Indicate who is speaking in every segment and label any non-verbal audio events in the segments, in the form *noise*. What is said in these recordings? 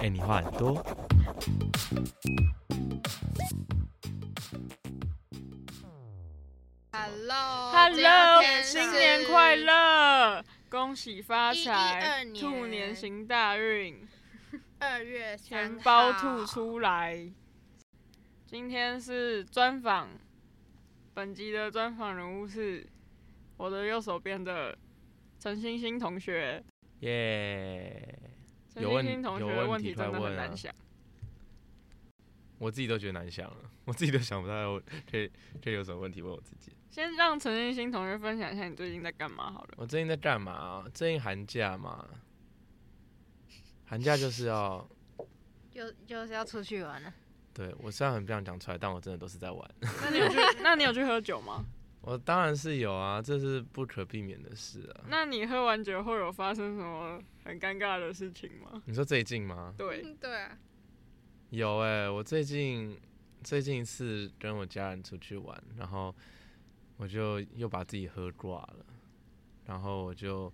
Speaker 1: 哎、你话很多。
Speaker 2: Hello，
Speaker 3: Hello，
Speaker 2: 新
Speaker 3: 新年快！乐，恭喜发
Speaker 2: 112
Speaker 3: 财，
Speaker 2: 年
Speaker 3: 兔年行大运，
Speaker 2: 二月三
Speaker 3: 钱
Speaker 2: 号
Speaker 3: 包吐。出来。今天是专访，本集的专访人物是我的右手边的陈欣欣同学。
Speaker 1: 耶、
Speaker 3: 陈
Speaker 1: 有
Speaker 3: 欣
Speaker 1: 问
Speaker 3: 欣同学
Speaker 1: 有
Speaker 3: 的
Speaker 1: 问
Speaker 3: 问
Speaker 1: 题
Speaker 3: 题真
Speaker 1: 快
Speaker 3: 的
Speaker 1: 问
Speaker 3: 很
Speaker 1: 啊
Speaker 3: 难想，
Speaker 1: 我自己都觉得难想了，我自己都想不到我这这有什么问题问我自己。
Speaker 3: 先让陈欣欣同学分享一下你最近在干嘛好
Speaker 1: *laughs*
Speaker 3: 了。
Speaker 1: 我最近在干嘛、啊最近寒假嘛，寒假就是要
Speaker 2: 就就是要出去玩了，
Speaker 1: 对我虽然很不想讲出来，但我真的都是在玩。
Speaker 3: 那你有去？那你有去喝酒吗？
Speaker 1: 我当然是有啊，这是不可避免的事啊。
Speaker 3: 那你喝完酒后有发生什么很尴尬的事情吗？
Speaker 1: 你说最近吗？
Speaker 3: 对，
Speaker 2: 嗯对啊，
Speaker 1: 有哎、我最近最近一次跟我家人出去玩，然后我就又把自己喝挂了，然后我就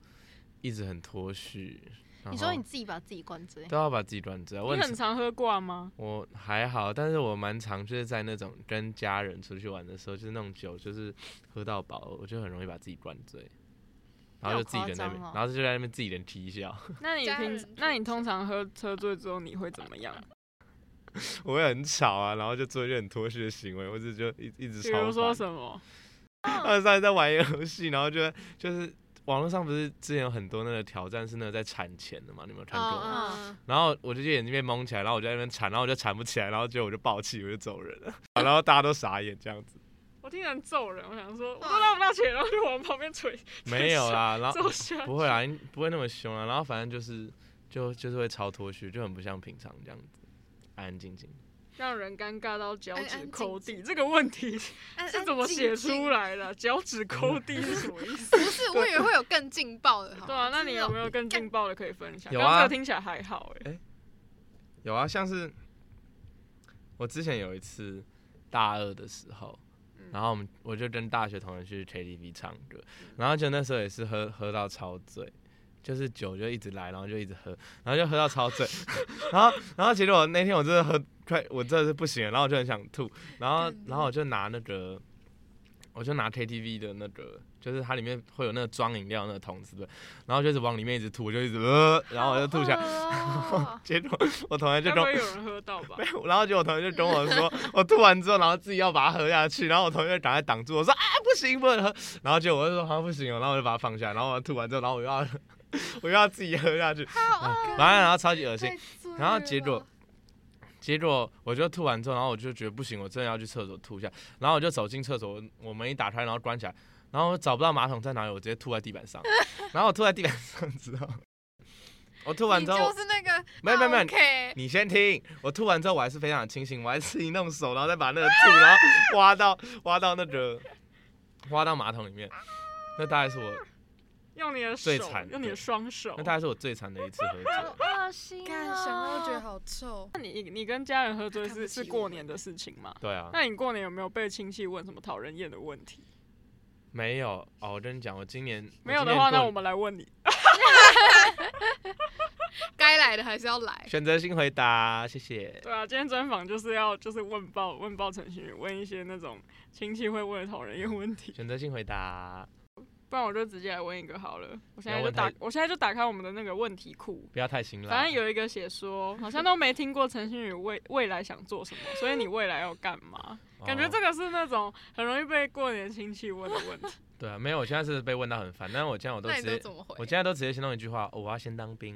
Speaker 1: 一直很脱序。然
Speaker 2: 你说
Speaker 1: 后
Speaker 2: 你自己把自己灌醉，
Speaker 1: 都要把自己端正。我
Speaker 3: 你
Speaker 1: 很
Speaker 3: 很常喝
Speaker 1: *laughs*
Speaker 3: 挂吗？
Speaker 1: 我还好，但是我蛮常就是在那种跟家人出去玩的时候，就是那种酒就是喝到饱，我就很容易把自己灌醉，然后就自己在那边，
Speaker 2: 好夸张哦
Speaker 1: 然后就在那边自己人踢笑。 *laughs*
Speaker 3: 那你
Speaker 2: 家人
Speaker 3: 平
Speaker 2: 出
Speaker 3: 那你通常喝车醉之后你会怎么样？
Speaker 1: 我会很吵啊，然后就做一些很脱序的行为，或者就一一直
Speaker 3: 比
Speaker 1: 超
Speaker 3: 如说
Speaker 1: 烦
Speaker 3: 什么？
Speaker 1: *laughs* 二三在玩游戏，然后就会就是网络上不是之前有很多那个挑战是那个在产钱的嘛，你有没有看过？
Speaker 2: 嗯嗯
Speaker 1: 然后我就眼睛被蒙起来，然后我就在那边铲，然后我就铲不起来，然后结果我就爆气，我就走人了， *laughs* 然后大家都傻眼这样子。
Speaker 3: 我听人揍人，我想说我都拿不到钱，然后就往旁边捶
Speaker 1: 没有啦，然后
Speaker 3: 揍下。
Speaker 1: 啊不会啦，不会那么凶啦，然后反正就是就就是会超脱序，就很不像平常这样子，安安静静。
Speaker 3: 让人尴尬到脚
Speaker 2: 哎安安
Speaker 3: 趾
Speaker 2: 静
Speaker 3: 抠地，
Speaker 2: 静
Speaker 3: 这个问题是
Speaker 2: 安安
Speaker 3: 怎么写
Speaker 2: 静静
Speaker 3: 出来的？脚趾抠地是什么意思？
Speaker 2: 不是，我以为会有更劲爆 *laughs* 的。好吗
Speaker 3: 对啊，那你有没
Speaker 2: 就是
Speaker 3: 有更劲爆的可以分享？
Speaker 1: 有
Speaker 3: 刚
Speaker 1: 啊
Speaker 3: 刚这个听起来还好哎，
Speaker 1: 有啊，像是我之前有一次大二的时候，
Speaker 3: 嗯
Speaker 1: 然后我们我就跟大学同学去 KTV 唱歌，然后就那时候也是喝喝到超醉，就是酒就一直来，然后就一直喝，然后就喝到超醉， *laughs* 然后然后其实我那天我真的喝快，我真的是不行了，然后我就很想吐，然后然后我就拿那个。我就拿 KTV 的那个，就是它里面会有那个装饮料的那个桶子的，然后就是往里面一直吐，我就一直呃，然后我就吐
Speaker 2: *laughs*
Speaker 1: 下来，啊
Speaker 2: 哦
Speaker 1: 结果我同学就跟
Speaker 3: 该不
Speaker 1: 我
Speaker 3: 会有人
Speaker 1: *laughs*
Speaker 3: 喝到吧？
Speaker 1: 然后结果我同学就跟我说， *laughs* 我吐完之后，然后自己要把它喝下去，然后我同学就赶快挡住我说，啊，不行，不能喝。然后结果我就说，好、像不行哦，然后我就把它放下，然后我吐完之后，然后我又要， *laughs* 我又要自己喝
Speaker 2: *laughs*
Speaker 1: 下去，
Speaker 2: 好
Speaker 1: 啊
Speaker 2: 恶
Speaker 1: 反正然后超级恶心
Speaker 2: 太。醉了
Speaker 1: 然后结
Speaker 2: 哦
Speaker 1: 果结果我就吐完之后，然后我就觉得不行，我真的要去厕所吐一下。然后我就走进厕所，我门一打开，然后关起来，然后我找不到马桶在哪里，我直接吐在地板
Speaker 2: *laughs*
Speaker 1: 上。然后我吐在地板上之后，我吐完
Speaker 2: 你
Speaker 1: 之后，
Speaker 2: 就是那个，
Speaker 1: 没有没有没有
Speaker 2: o k
Speaker 1: 你先听，我吐完之后我还是非常的清醒，我还自己弄手，然后再把那个吐，然后挖到挖到那个挖到马桶里面。那大概是我，
Speaker 3: 用你的手
Speaker 1: 最惨，
Speaker 3: 用你
Speaker 1: 对
Speaker 3: 的双手
Speaker 1: 那。大概是我最惨的一次喝酒。
Speaker 2: 恶
Speaker 3: 哦
Speaker 2: 心
Speaker 4: 干想到就觉得好臭。
Speaker 3: 那你你跟家人喝醉
Speaker 4: 看不
Speaker 3: 是
Speaker 4: 起
Speaker 3: 是
Speaker 4: 我
Speaker 3: 过年的事情吗？
Speaker 1: 对啊，
Speaker 3: 那你过年有没有被亲戚问什么讨人厌的问题？
Speaker 1: 没有哦，我跟你讲，我今年
Speaker 3: 没有的话，那我
Speaker 1: 们
Speaker 3: 们来问你。
Speaker 2: 该来的还是要来。
Speaker 1: 选择性回答，谢谢。
Speaker 3: 对啊，今天专访就是要就是问爆问爆程序员，问一些那种亲戚会问的讨人厌问题。
Speaker 1: 选择性回答，
Speaker 3: 不然我就直接来问一个好了。我现
Speaker 1: 你要
Speaker 3: 在就
Speaker 1: 问他啊
Speaker 3: 打，我现在就打开我们的那个问题库。
Speaker 1: 不要太辛辣。
Speaker 3: 反正有一个写说，好像都没听过程序员未未来想做什么，所以你未来要干嘛？
Speaker 1: 哦
Speaker 3: 感觉这个是那种很容易被过年亲戚问的问题。
Speaker 1: 对啊，没有，我现在是被问到很烦，但是我这样我都
Speaker 2: 那
Speaker 1: 直
Speaker 2: 你都
Speaker 1: 接，
Speaker 2: 怎么回？
Speaker 1: 我现在都直接先弄一句话，哦我要先当兵，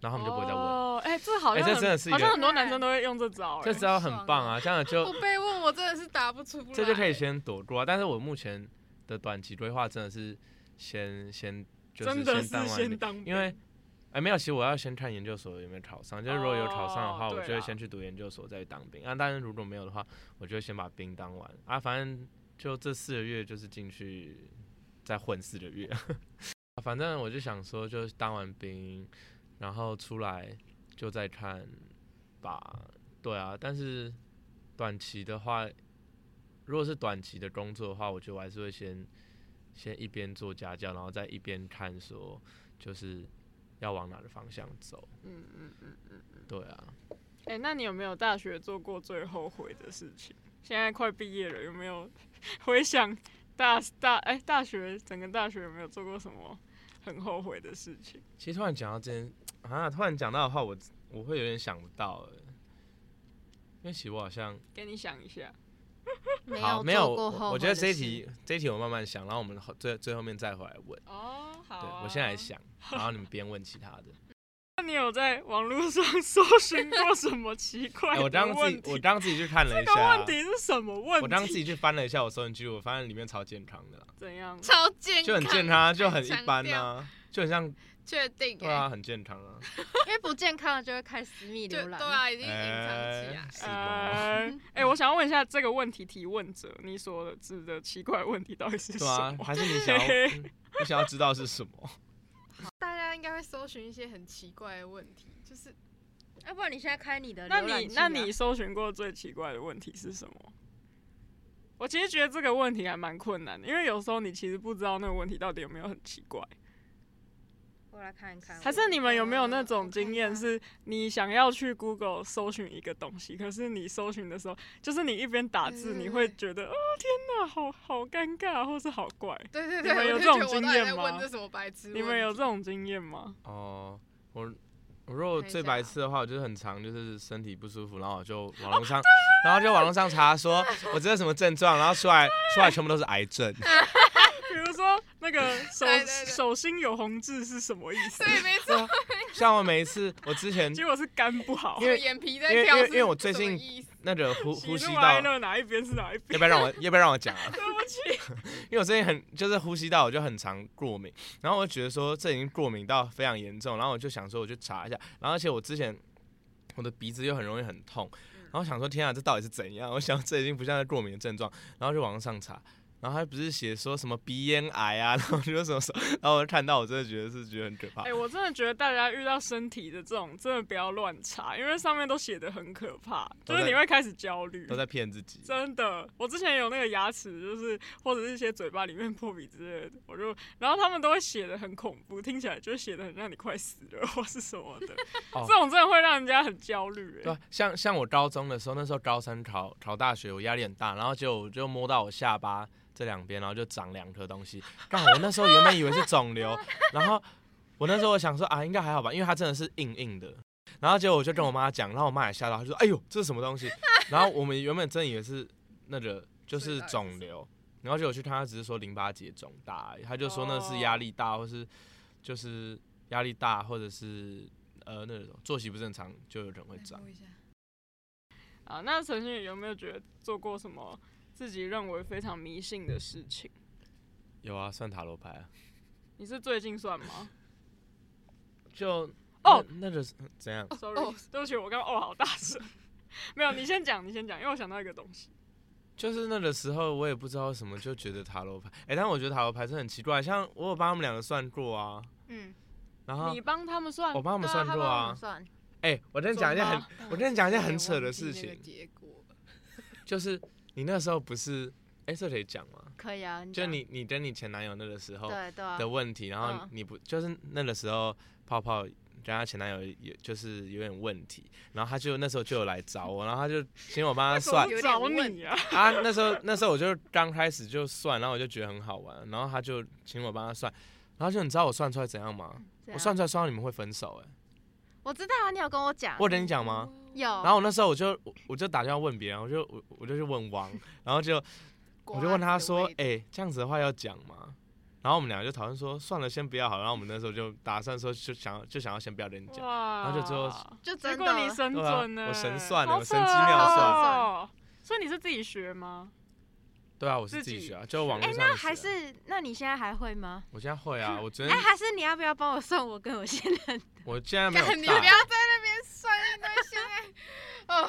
Speaker 1: 然 *laughs* 后他们就不会再问。
Speaker 3: 哦，哎、这好像
Speaker 1: 哎
Speaker 3: 很、
Speaker 1: 这真的是一个
Speaker 3: 好像很多男生都会用这招、哎
Speaker 1: 这招很棒啊，这样就
Speaker 2: 我被问，我真的是答不出来。
Speaker 1: 这就可以先躲过啊。但是我目前的短期规划真的是先先就是
Speaker 3: 真的
Speaker 1: 先
Speaker 3: 是
Speaker 1: 当完
Speaker 3: 先
Speaker 1: 兵，
Speaker 3: 当兵，
Speaker 1: 因为哎没有，其实我要先看研究所有没有考上，就是如果有考上的话，
Speaker 3: 哦
Speaker 1: 我就
Speaker 3: 对
Speaker 1: 会
Speaker 3: 啦
Speaker 1: 先去读研究所再去当兵啊。但是如果没有的话，我就会先把兵当完啊。反正就这四个月就是进去再混四个月， *laughs* 啊反正我就想说，就是当完兵，然后出来就再看吧。对啊，但是短期的话，如果是短期的工作的话，我觉得我还是会先先一边做家教，然后再一边看说，就是要往哪个方向走。
Speaker 3: 嗯嗯嗯。
Speaker 1: 对啊，
Speaker 3: 哎、那你有没有大学做过最后悔的事情？现在快毕业了，有没有 *laughs* 回想大大哎、大学整个大学有没有做过什么很后悔的事情？
Speaker 1: 其实突然讲到这件啊，突然讲到的话，我我会有点想不到哎、因为其实我好像
Speaker 3: 给你想一下。
Speaker 4: 没
Speaker 1: 好没有，
Speaker 4: 做
Speaker 1: 我
Speaker 4: 过后
Speaker 1: 我我觉得这一题这一题我慢慢想，然后我们后最最后面再回来问。
Speaker 3: 哦，好、
Speaker 1: 对，我现在来。想，然后你们边问其他
Speaker 3: *laughs*
Speaker 1: 的。
Speaker 3: 那你有在网络上搜寻过什么奇怪
Speaker 1: 哎，我
Speaker 3: 的
Speaker 1: 刚自
Speaker 3: 问
Speaker 1: 己
Speaker 3: 题？
Speaker 1: 我刚自己去看了一
Speaker 3: 这个
Speaker 1: 下
Speaker 3: 问，题是什么问题？
Speaker 1: 我刚自己去翻了一下我搜寻记录，我发现里面超健康的啦，
Speaker 3: 怎
Speaker 2: *laughs*
Speaker 3: 样？
Speaker 2: 超健康，
Speaker 1: 就很健康啊，就很一
Speaker 2: 强
Speaker 1: 般
Speaker 2: 调，
Speaker 1: 啊，就很像
Speaker 2: 确定
Speaker 1: 对啊，很健康啊。
Speaker 4: 因为不健康的就会开始私密
Speaker 2: 就
Speaker 4: 浏
Speaker 2: 对
Speaker 4: 览。
Speaker 2: 啊，已经隐藏起
Speaker 1: 哎
Speaker 2: 来，。
Speaker 1: 是吗？
Speaker 3: 呃，哎、我想要问一下这个问题提问者，你所指的奇怪问题到底 *laughs* 是什
Speaker 1: 对啊
Speaker 3: 么？，
Speaker 1: 还是你想要
Speaker 3: 嘿嘿
Speaker 1: 你想要知道是什么？
Speaker 2: 大家应该会搜寻一些很奇怪的问题，就是
Speaker 4: 要不然你现在开你的浏
Speaker 3: 那
Speaker 4: 览器啊、
Speaker 3: 你那你搜寻过最奇怪的问题是什么？我其实觉得这个问题还蛮困难的，因为有时候你其实不知道那个问题到底有没有很奇怪，
Speaker 4: 我来看一看，
Speaker 3: 还是你们有没有那
Speaker 4: 我
Speaker 3: 种
Speaker 4: 看
Speaker 3: 经验，
Speaker 4: 看
Speaker 3: 是你想要去 Google 搜寻一个东西，可是你搜寻的时候，就是你一边打字，
Speaker 2: 嗯
Speaker 3: 你会觉得哦天哪，好好尴尬，或是好怪。
Speaker 2: 对对
Speaker 3: 你们
Speaker 2: 对，
Speaker 3: 有
Speaker 2: 我就
Speaker 3: 这
Speaker 2: 觉
Speaker 3: 种
Speaker 2: 得我
Speaker 3: 经
Speaker 2: 到底
Speaker 3: 验
Speaker 2: 在
Speaker 3: 吗
Speaker 2: 问这什么白痴问题？
Speaker 3: 你们有这种经验吗？
Speaker 1: 哦，我我如果
Speaker 2: 看一
Speaker 1: 最
Speaker 2: 下
Speaker 1: 白
Speaker 2: 啊
Speaker 1: 痴的话，我就是很常就是身体不舒服，然后我就网络上，
Speaker 2: *laughs*
Speaker 1: 然后就网络上查说我这是什么症状，然后出来出来全部都是癌
Speaker 2: *laughs*
Speaker 1: 症。
Speaker 3: 比如说那个手
Speaker 2: 对对对
Speaker 3: 手心有红痣是什么意思？
Speaker 2: 对，没错，
Speaker 1: 像我每一次我之前
Speaker 3: 结果是肝不好
Speaker 1: 因。为
Speaker 2: 眼皮在
Speaker 1: 因为
Speaker 2: 跳
Speaker 1: 因为
Speaker 2: 是
Speaker 1: 因为我最
Speaker 2: 什么
Speaker 1: 近
Speaker 2: 意思
Speaker 1: 那个呼呼
Speaker 3: 喜
Speaker 1: 吸
Speaker 3: 怒
Speaker 1: 道
Speaker 3: 哀，乐哪一边是哪一边？
Speaker 1: *laughs* 要不要让我
Speaker 3: *laughs*
Speaker 1: 要不要让我讲啊？
Speaker 3: 对不起，
Speaker 1: *laughs* 因为我最近很就是呼吸道，我就很常过敏，然后我就觉得说这已经过敏到非常严重，然后我就想说我去查一下，然后而且我之前我的鼻子又很容易很痛，
Speaker 3: 嗯
Speaker 1: 然后想说天啊，这到底是怎样？我想这已经不像是过敏的症状，然后就网上查。然后他不是写说什么鼻咽癌啊，然后就说什么什么，然后我就看到，我真的觉得是觉得很可怕
Speaker 3: 哎、。我真的觉得大家遇到身体的这种，真的不要乱查，因为上面都写的很可怕，
Speaker 1: 都
Speaker 3: 就
Speaker 1: 在
Speaker 3: 是你会开始焦虑
Speaker 1: 都。在骗自己。
Speaker 3: 真的，我之前有那个牙齿，就是或者是一些嘴巴里面破皮之类的，我就，然后他们都会写的很恐怖，听起来就写的很让你快死了 *laughs* 或是什么的，
Speaker 1: *laughs* 哦
Speaker 3: 这种真的会让人家很焦虑、
Speaker 1: 对
Speaker 3: 哎、
Speaker 1: 啊，像像我高中的时候，那时候高三考考大学，我压力很大，然后结果我就摸到我下巴这两边，然后就长两颗东西。刚好我那时候原本以为是肿瘤，然后我那时候我想说啊，应该还好吧，因为它真的是硬硬的。然后结果我就跟我妈讲，然后我妈也吓到，她就说：“哎呦，这是什么东西？”然后我们原本真以为是那个就是肿瘤，然后结果去看，她只是说淋巴结肿大而已，她就说那是压力大，或是就是压力大，或者是呃那种作息不正常就有人会长。
Speaker 2: 来摸一下
Speaker 3: 啊，那陈迅宇有没有觉得做过什么自己认为非常迷信的事情？
Speaker 1: 有啊，算塔罗牌啊。
Speaker 3: 你是最近算吗
Speaker 1: 就
Speaker 3: 哦
Speaker 1: 那那就是怎样？
Speaker 3: ？Sorry，、对不起，我刚刚哦好大声。 *laughs* 没有，你先讲，你先讲，因为我想到一个东西。
Speaker 1: 就是那个时候我也不知道为什么，就觉得塔罗牌。哎、但我觉得塔罗牌真的很奇怪，像我有帮他们两个算过啊，
Speaker 4: 嗯，
Speaker 1: 然后
Speaker 3: 你帮他们算
Speaker 1: 啊我帮他们
Speaker 4: 对啊
Speaker 1: 算
Speaker 4: 他
Speaker 1: 过
Speaker 4: 帮我
Speaker 1: 啊
Speaker 4: 们。算，
Speaker 1: 哎、我跟你讲一件
Speaker 3: 准
Speaker 1: 很
Speaker 3: 吗，
Speaker 1: 我跟你讲一件
Speaker 2: 有
Speaker 1: 很
Speaker 2: 点
Speaker 1: 扯
Speaker 2: 忘
Speaker 1: 的
Speaker 2: 记
Speaker 1: 事
Speaker 2: 那个
Speaker 1: 情，
Speaker 2: 结果了
Speaker 1: 就是你那时候不是，哎、这可以讲吗？
Speaker 4: 可以啊。
Speaker 1: 就
Speaker 4: 讲
Speaker 1: 你你跟你前男友那个时候
Speaker 4: 对对啊，
Speaker 1: 的问题，然后
Speaker 4: 嗯
Speaker 1: 你不就是那个时候泡泡跟她前男友也就是有点问题，然后他就那时候就有来找我，然后他就请我帮他算，
Speaker 3: 怎么
Speaker 2: 有点
Speaker 3: 找
Speaker 2: 问
Speaker 3: 你啊？
Speaker 1: 啊，那时候那时候我就刚开始就算，然后我就觉得很好玩，然后他就请我帮他算，然后就你知道我算出来怎样吗？
Speaker 4: 怎
Speaker 1: 我
Speaker 4: 样
Speaker 1: 算出来算到你们会分手哎、
Speaker 4: 我知道啊，你哦有跟我讲，
Speaker 1: 我有跟你讲吗？
Speaker 4: 有，
Speaker 1: 然后我那时候我就我我就打电话问别人，我就我我就去问王，然后就我就问他说，哎、这样子的话要讲吗？然后我们俩就讨论说，算了，先不要好了。然后我们那时候就打算说，就想要就想要先不要跟你讲。
Speaker 3: 哇
Speaker 1: 然后就最后
Speaker 4: 就
Speaker 3: 结
Speaker 4: 真
Speaker 3: 果
Speaker 4: 的
Speaker 3: 你神
Speaker 1: 对啊
Speaker 3: 准呢、
Speaker 1: 我神算了
Speaker 3: 好
Speaker 1: 我
Speaker 3: 扯
Speaker 1: 神机妙
Speaker 4: 算
Speaker 3: 哦。所以你是自己学吗？
Speaker 1: 对啊，我是
Speaker 3: 自
Speaker 1: 自己
Speaker 3: 己
Speaker 1: 学啊，就网络
Speaker 4: 哎
Speaker 1: 上、学
Speaker 4: 那
Speaker 1: 啊
Speaker 4: 还是那你现在还会吗？
Speaker 1: 我现在会啊，我昨
Speaker 4: 哎，
Speaker 1: 天
Speaker 4: 还是你要不要帮我算我跟我现在？
Speaker 1: 我现在没有
Speaker 2: 干你不
Speaker 1: 大
Speaker 2: 要在那边算一堆现在，哦，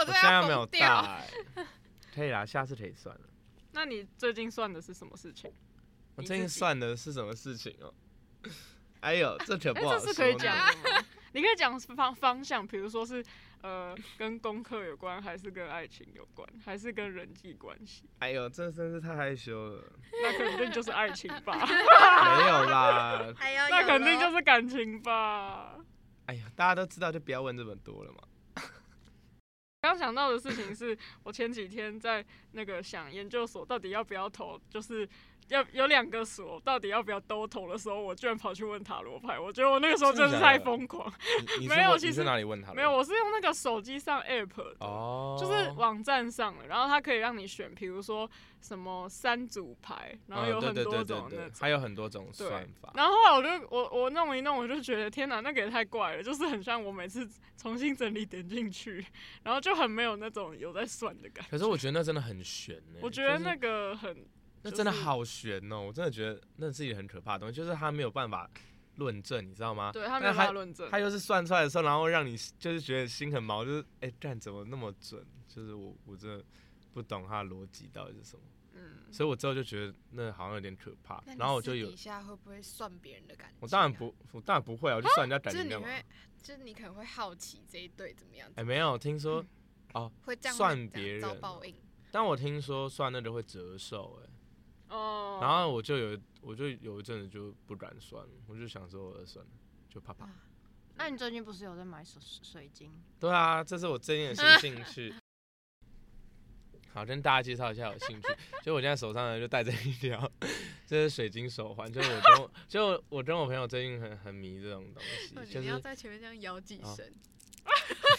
Speaker 2: 我
Speaker 1: 我
Speaker 2: 真
Speaker 1: 现
Speaker 2: 的
Speaker 1: 在
Speaker 2: 要
Speaker 1: 没有
Speaker 2: 疯掉。
Speaker 1: 大、欸，可以啦，下次可以算了。
Speaker 3: 那你最近算的是什么事情？
Speaker 1: 我
Speaker 3: 你
Speaker 1: 最
Speaker 3: 自
Speaker 1: 近 *laughs*
Speaker 3: 己
Speaker 1: 算的是什么事情哦？哎呦，这可
Speaker 3: 哎、
Speaker 1: 不好
Speaker 3: 这
Speaker 1: 说
Speaker 3: 是可以
Speaker 1: 呢
Speaker 3: 讲的吗？你可以讲方方向，比如说是呃跟功课有关，还是跟爱情有关，还是跟人际关系？
Speaker 1: 哎呦，这真是太害羞了。
Speaker 3: 那肯定 *laughs* 就是爱情吧，
Speaker 1: 没有啦，
Speaker 4: 哎 *laughs* 呀，
Speaker 3: 那
Speaker 4: 有
Speaker 3: 肯定
Speaker 4: 咯
Speaker 3: 就是感情吧。
Speaker 1: 哎呀，大家都知道，就不要问这么多了嘛。
Speaker 3: 刚想到的事情是，我前几天在那个想研究所到底要不要投，就是要有两个所到底要不要都投的时候，我居然跑去问塔罗牌，我觉得我那个时候真的是太疯狂。
Speaker 1: 你你
Speaker 3: 没
Speaker 1: 是
Speaker 3: 有
Speaker 1: 问
Speaker 3: 其
Speaker 1: 你
Speaker 3: 实
Speaker 1: 是哪里问他的？
Speaker 3: 没有，我是用那个手机上 app 的，
Speaker 1: 哦，
Speaker 3: 就是网站上的，然后它可以让你选，比如说什么三组牌，然后
Speaker 1: 嗯
Speaker 3: 有
Speaker 1: 对
Speaker 3: 很
Speaker 1: 对
Speaker 3: 多
Speaker 1: 对
Speaker 3: 种
Speaker 1: 对
Speaker 3: 那
Speaker 1: 对
Speaker 3: 种。
Speaker 1: 还有很多种
Speaker 3: 对
Speaker 1: 算法。
Speaker 3: 然后后来我就我我弄一弄，我就觉得天哪，那个也太怪了，就是很像我每次重新整理点进去，然后就很没有那种有在算的感觉。
Speaker 1: 可是我觉得那真的很悬呢、
Speaker 3: 我觉得
Speaker 1: 就是
Speaker 3: 那个很
Speaker 1: 那
Speaker 3: 就
Speaker 1: 真的
Speaker 3: 是
Speaker 1: 好悬哦！我真的觉得那是一个很可怕的东西，就是他没有办法论证，你知道吗？
Speaker 3: 对他没
Speaker 1: 啊那
Speaker 3: 有办法论证，
Speaker 1: 他又是算出来的时候，然后让你就是觉得心很毛，就是哎，干、怎么那么准？就是我我真的不懂他的逻辑到底是什么，
Speaker 3: 嗯，
Speaker 1: 所以我之后就觉得那好像有点可怕
Speaker 2: 那。你
Speaker 1: 然后我
Speaker 2: 私
Speaker 1: 就有
Speaker 2: 底，下会不会算别人的感觉、啊
Speaker 1: 我当然，不，我当然不会啊，我就算人家
Speaker 2: 就
Speaker 1: 感
Speaker 2: 是
Speaker 1: 觉
Speaker 2: 哦你
Speaker 1: 干嘛？
Speaker 2: 会
Speaker 1: 哎、，
Speaker 2: 就是你可能会好奇这一对怎么样，
Speaker 1: 没有，听说，
Speaker 2: 嗯会这样
Speaker 1: 算
Speaker 2: 会这样
Speaker 1: 别人
Speaker 2: 遭
Speaker 1: 哦
Speaker 2: 报应。
Speaker 1: 但我听说算那个会折寿、哎，
Speaker 3: 哦，
Speaker 1: 然后我就有，我就有一阵子就不敢算了，我就想说我算了，就怕怕。
Speaker 4: 那你最近不是有在买水水晶？
Speaker 1: 对啊，这是我最近的新兴趣。好，跟大家介绍一下我兴趣，就我现在手上呢就戴着一条，这是水晶手环，就是我跟我就我跟我朋友最近很很迷这种东西，
Speaker 2: 哦你
Speaker 1: 就
Speaker 2: 你要
Speaker 1: 是
Speaker 2: 在前面这样摇几
Speaker 1: 好
Speaker 2: *laughs* 声，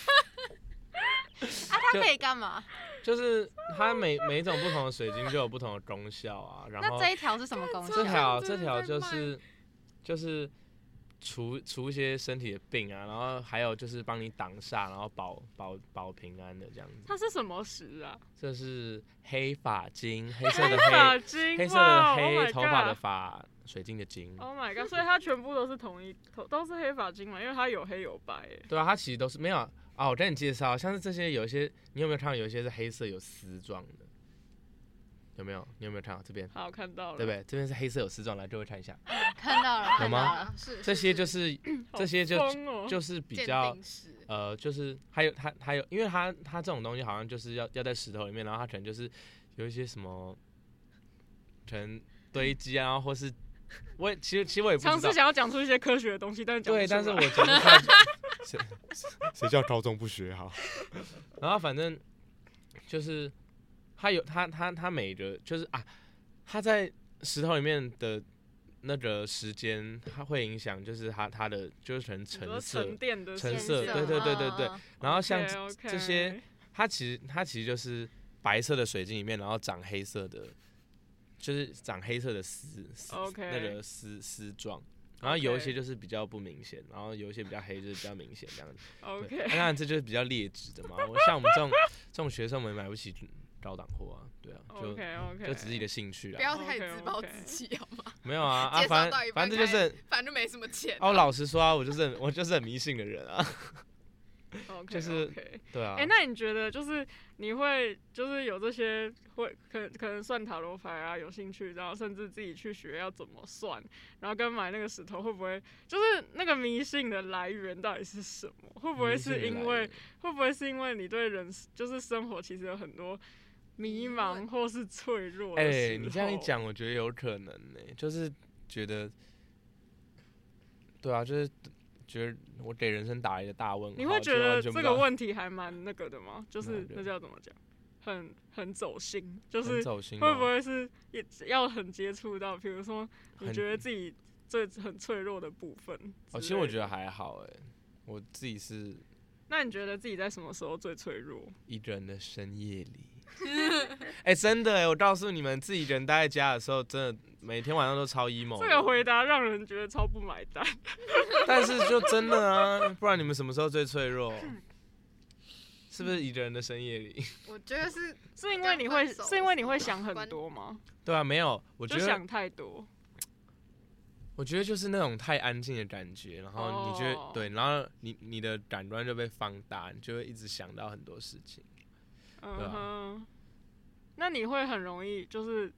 Speaker 4: 啊，它
Speaker 1: 就
Speaker 4: 可以干嘛？
Speaker 1: 就是它每每种不同的水晶就有不同的功效啊，然
Speaker 4: 那
Speaker 1: 后
Speaker 4: 这一条是什么功
Speaker 1: 这
Speaker 4: 效？
Speaker 1: 条
Speaker 2: 真
Speaker 1: 这
Speaker 2: 的
Speaker 1: 条
Speaker 2: 在
Speaker 1: 就
Speaker 2: 卖
Speaker 1: 是就是除除一些身体的病啊，然后还有就是帮你挡煞，然后保保保平安的这样子，
Speaker 3: 它是什么石啊？
Speaker 1: 这是黑发晶，黑色的黑
Speaker 3: 发。晶，
Speaker 1: 黑色
Speaker 3: 哇
Speaker 1: 的
Speaker 3: oh my
Speaker 1: 黑，头发的嗯
Speaker 3: god
Speaker 1: 发，水晶的晶。
Speaker 3: Oh my god！所以它全部都是同一头，都是黑发晶嘛，因为它有黑有白耶。
Speaker 1: 对啊，它其实都是没有啊。我跟你介绍，像是这些有一些，你有没有看到有一些是黑色有丝状的？有没有？你有没有看到这边？
Speaker 3: 好，我看到了，
Speaker 1: 对不对？这边是黑色有丝状，来各位看一下，
Speaker 4: 看到了，
Speaker 1: 有
Speaker 4: 看到
Speaker 1: 吗
Speaker 4: 了。
Speaker 2: 是
Speaker 1: 这些
Speaker 3: *coughs*
Speaker 1: 就是这些就
Speaker 3: 疯哦，
Speaker 1: 就是比
Speaker 2: 鉴
Speaker 1: 较
Speaker 2: 定师，
Speaker 1: 呃，就是还有它还有，因为它它这种东西好像就是要要在石头里面，然后它可能就是有一些什么，可能堆积啊，然后或是我也其实其实我也不知道
Speaker 3: 尝。试想要讲出一些科学的东西，但 *laughs* 是讲不
Speaker 1: 对，
Speaker 3: 出
Speaker 1: 但
Speaker 3: 来
Speaker 1: 是我讲不
Speaker 3: *laughs*
Speaker 1: 看谁谁叫高中不学啊好？ *laughs* 然后反正就是他有他他他每个就是啊，他在石头里面的那个时间，它会影响就是他他的就是可能
Speaker 3: 你说
Speaker 1: 成色，
Speaker 3: 沉淀的
Speaker 1: 橙
Speaker 3: 现
Speaker 1: 色
Speaker 3: 象
Speaker 2: 啊
Speaker 1: 对对对对对
Speaker 2: 哦
Speaker 4: 嗯嗯嗯
Speaker 1: 然后像
Speaker 3: OK，
Speaker 1: 这些
Speaker 3: OK
Speaker 1: 它其实它其实就是白色的水晶里面，然后长黑色的，就是长黑色的丝丝
Speaker 3: OK
Speaker 1: 那个丝丝状。然后有一
Speaker 3: OK
Speaker 1: 些就是比较不明显，然后有一些比较黑，就是比较明显这样子。对
Speaker 3: OK，
Speaker 1: 当然这就是比较劣质的嘛。我像我们这种这种学生，我们买不起高档货啊，对啊，就
Speaker 3: OK OK，
Speaker 1: 就只是一个兴趣
Speaker 2: 不
Speaker 1: 啦。
Speaker 2: 要太
Speaker 3: OK，
Speaker 2: 自暴
Speaker 3: OK
Speaker 2: 自弃好吗？
Speaker 1: 没有啊啊，
Speaker 2: 介绍
Speaker 1: 反
Speaker 2: 到一
Speaker 1: 正
Speaker 2: 半
Speaker 1: 反正这就是
Speaker 2: 反正没什么钱
Speaker 1: 哦，老实说啊，我就是很我就是很迷信的人
Speaker 3: *laughs*
Speaker 1: 啊，
Speaker 3: OK，
Speaker 1: 就是对啊
Speaker 3: 哎、。那你觉得就是你会就是有这些会可可能算塔罗牌啊，有兴趣，然后甚至自己去学要怎么算，然后跟买那个石头会不会就是那个迷信的来源到底是什么？会不会
Speaker 1: 迷信
Speaker 3: 是
Speaker 1: 的
Speaker 3: 因
Speaker 1: 来
Speaker 3: 为
Speaker 1: 源
Speaker 3: 会不会是因为你对人就是生活其实有很多迷
Speaker 2: 疑
Speaker 3: 茫
Speaker 2: 问
Speaker 3: 或是脆弱的
Speaker 1: 哎、
Speaker 3: 时
Speaker 1: 你这样一
Speaker 3: 候，
Speaker 1: 讲，我觉得有可能呢、就是觉得，对啊，就是觉得我给人生打了一个大问号，
Speaker 3: 你
Speaker 1: 就
Speaker 3: 会觉得
Speaker 1: 完全不
Speaker 3: 这
Speaker 1: 知道
Speaker 3: 个问题还蛮那个的吗？就
Speaker 1: 哪
Speaker 3: 是
Speaker 1: 个
Speaker 3: 那叫怎么讲？很很走心，就
Speaker 1: 很
Speaker 3: 是
Speaker 1: 走心哦
Speaker 3: 会不
Speaker 1: 吗
Speaker 3: 会是也要很接触到？比如说，你
Speaker 1: 很
Speaker 3: 觉得自己最很脆弱的部分之
Speaker 1: 哦，其实我
Speaker 3: 类
Speaker 1: 觉得
Speaker 3: 的，
Speaker 1: 还好哎、我自己是
Speaker 3: 那你觉得自己在什么时候最脆弱？
Speaker 1: 一个人的深夜里。 *laughs* 哎、真的哎、我告诉你们，自己一个人待在家的时候，真的每天晚上都超 emo
Speaker 3: 这个
Speaker 1: 的。
Speaker 3: 回答让人觉得超不买单。 *laughs*
Speaker 1: 但是就真的啊，不然你们什么时候最脆弱？是不是一个人的深夜里？ *laughs*
Speaker 2: 我觉得是
Speaker 3: 是
Speaker 2: 这
Speaker 3: 因为
Speaker 2: 样
Speaker 3: 你
Speaker 2: 分
Speaker 3: 会，
Speaker 2: 手
Speaker 3: 是因为
Speaker 2: 是
Speaker 3: 你
Speaker 2: 吗
Speaker 3: 会想很
Speaker 2: 关
Speaker 3: 多吗？
Speaker 1: 对啊，没有，我觉
Speaker 3: 就
Speaker 1: 得
Speaker 3: 想太多。
Speaker 1: 我觉得就是那种太安静的感觉，然后你觉得、
Speaker 3: 哦
Speaker 1: 对，然后你你的感官就被放大，你就会一直想到很多事情。
Speaker 3: 嗯
Speaker 1: 对啊
Speaker 3: 哼，那你会很容易就是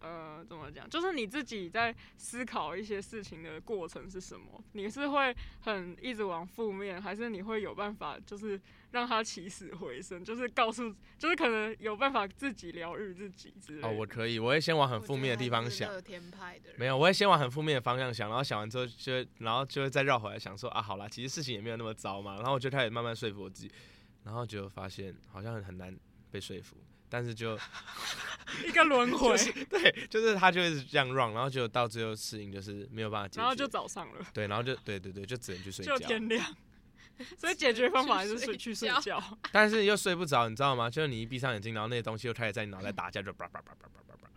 Speaker 3: 呃，怎么讲？就是你自己在思考一些事情的过程是什么？你是会很一直往负面，还是你会有办法，就是让它起死回生？就是告诉，就是可能有办法自己疗愈自己之类的。
Speaker 1: 哦，我可以，我会先往很
Speaker 2: 我
Speaker 1: 负
Speaker 2: 觉
Speaker 1: 面的
Speaker 2: 得
Speaker 1: 地
Speaker 2: 他
Speaker 1: 方
Speaker 2: 是
Speaker 1: 想，
Speaker 2: 乐天派的人
Speaker 1: 没有，我会先往很负面的方向想，然后想完之后就会，然后就会再绕回来想说啊，好啦，其实事情也没有那么糟嘛。然后我就开始慢慢说服我自己，然后就发现好像很很难被说服，但是
Speaker 3: *laughs*
Speaker 1: 就 *laughs*
Speaker 3: 一个轮回，
Speaker 1: 对，就是他就一直这样 run，然后就到最后事情就是没有办法解决，
Speaker 3: *laughs* 然后就早上了，
Speaker 1: 对，然后就对对对，就只能去睡
Speaker 3: 就
Speaker 1: 觉，
Speaker 3: 天亮。所以解决方法还
Speaker 2: 去
Speaker 3: 是
Speaker 1: *laughs*
Speaker 3: 睡
Speaker 2: 睡
Speaker 3: 去睡
Speaker 2: 觉
Speaker 3: 觉。
Speaker 1: 但是又睡不着，你知道吗？就是你一闭上眼睛，然后那些东西又开始在你脑袋打架，就叭叭叭叭叭叭叭，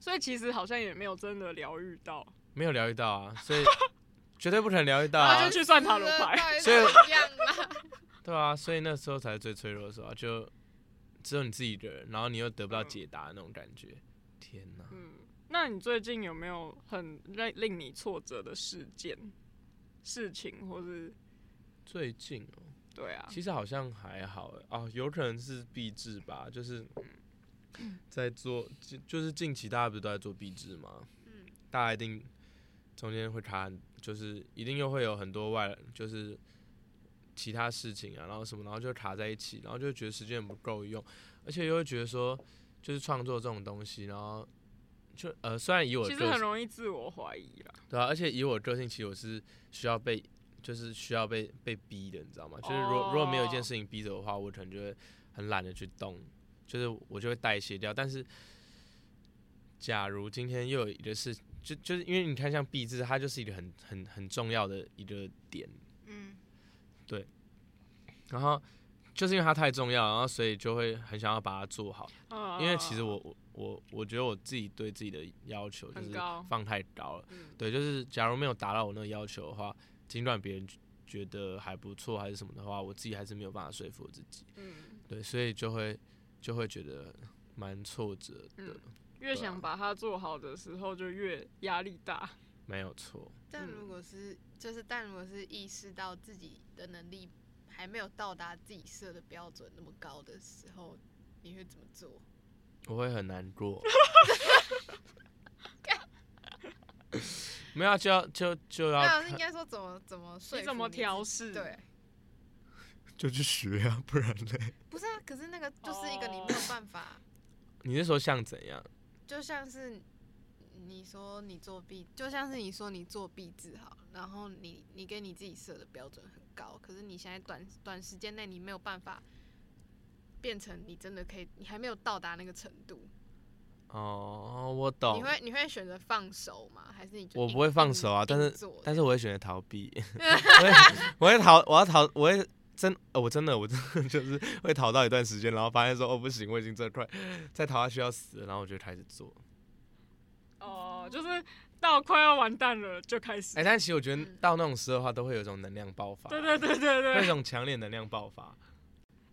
Speaker 3: 所以其实好像也没有真的疗愈到，
Speaker 1: 没有疗愈到啊，所以 *laughs* 绝对不可能疗愈到
Speaker 3: 然后
Speaker 1: 啊
Speaker 3: 就，去算塔罗
Speaker 2: *laughs*
Speaker 3: 牌。
Speaker 2: 牌
Speaker 1: 所以
Speaker 2: 一样啦。
Speaker 1: 对啊，所以那时候才是最脆弱的时候啊，就只有你自己一个人，然后你又得不到
Speaker 3: 嗯
Speaker 1: 解答的那种感觉，天哪！
Speaker 3: 嗯，那你最近有没有很令令你挫折的事件、事情，或是
Speaker 1: 最近哦，
Speaker 3: 对啊？
Speaker 1: 其实好像还好欸哦，有可能是壁纸吧，就是在做，就就是近期大家不是都在做壁纸吗？
Speaker 2: 嗯
Speaker 1: 大家一定中间会卡很，就是一定又会有很多外，就是其他事情啊，然后什么，然后就卡在一起，然后就觉得时间不够用，而且又会觉得说，就是创作这种东西，然后就呃，虽然以我
Speaker 3: 其实
Speaker 1: 个
Speaker 3: 很
Speaker 1: 性
Speaker 3: 容易自我怀疑啦。
Speaker 1: 对啊，而且以我个性，其实我是需要被，就是需要被被逼的，你知道吗？就是如果如果没有一件
Speaker 3: 哦
Speaker 1: 事情逼着我的话，我可能就会很懒得去动，就是我就会代谢掉。但是，假如今天又有一个事，就就是因为你看像壁纸，它就是一个很很很重要的一个点，
Speaker 2: 嗯，
Speaker 1: 然后就是因为它太重要，然后所以就会很想要把它做好。
Speaker 3: 嗯，
Speaker 1: 因为其实我我我我觉得我自己对自己的要求就
Speaker 3: 很
Speaker 1: 是
Speaker 3: 高
Speaker 1: 放太高了。
Speaker 3: 嗯
Speaker 1: 对，就是假如没有达到我那个要求的话，尽管别人觉觉得还不错还是什么的话，我自己还是没有办法说服我自己。
Speaker 3: 嗯，
Speaker 1: 对，所以就会就会觉得蛮挫折的，
Speaker 3: 嗯
Speaker 1: 对
Speaker 3: 越
Speaker 1: 啊
Speaker 3: 想把它做好的时候，就越压力大。
Speaker 1: 没有错。
Speaker 2: 但如
Speaker 3: 嗯
Speaker 2: 果是就是，但如果是意识到自己的能力还没有到达自己设的标准那么高的时候，你会怎么做？
Speaker 1: 我会很难过。 *laughs* 没有啊、就要就就要
Speaker 2: 那
Speaker 1: 看
Speaker 2: 应该说怎么怎么说
Speaker 3: 你
Speaker 2: 服
Speaker 3: 怎么
Speaker 2: 自
Speaker 3: 调
Speaker 2: 己？
Speaker 3: 试？
Speaker 2: 对，，
Speaker 1: 就去学啊，不然嘞？ *laughs*
Speaker 2: 不是啊，可是那个就是一个你没有办法，
Speaker 1: 哦你是说像怎样？
Speaker 2: 就像是你说你作弊，就像是你说你作弊治好，然后你你给你自己设的标准很高，可是你现在短短时间内你没有办法变成你真的可以，你还没有到达那个程度。
Speaker 1: 哦，我懂
Speaker 2: 你。会你会选择放手吗？还是你就
Speaker 1: 我
Speaker 2: 硬
Speaker 1: 不会放手啊
Speaker 2: 硬
Speaker 1: 但是
Speaker 2: 硬做
Speaker 1: 但是我会选择逃
Speaker 3: *laughs*
Speaker 1: 避，我会我会逃，我要逃，我会真，呃我真的我真的 *laughs* 就是会逃到一段时间，然后发现说哦不行，我已经这快再逃下去要死了，然后我就开始做。
Speaker 3: 哦，就是到快要完蛋了就开始
Speaker 1: 哎、。但其实我觉得
Speaker 2: 嗯
Speaker 1: 到那种时候的话，都会有一种能量爆发，
Speaker 3: 对对对对对 *laughs*
Speaker 1: 会有一。种强烈能量爆发。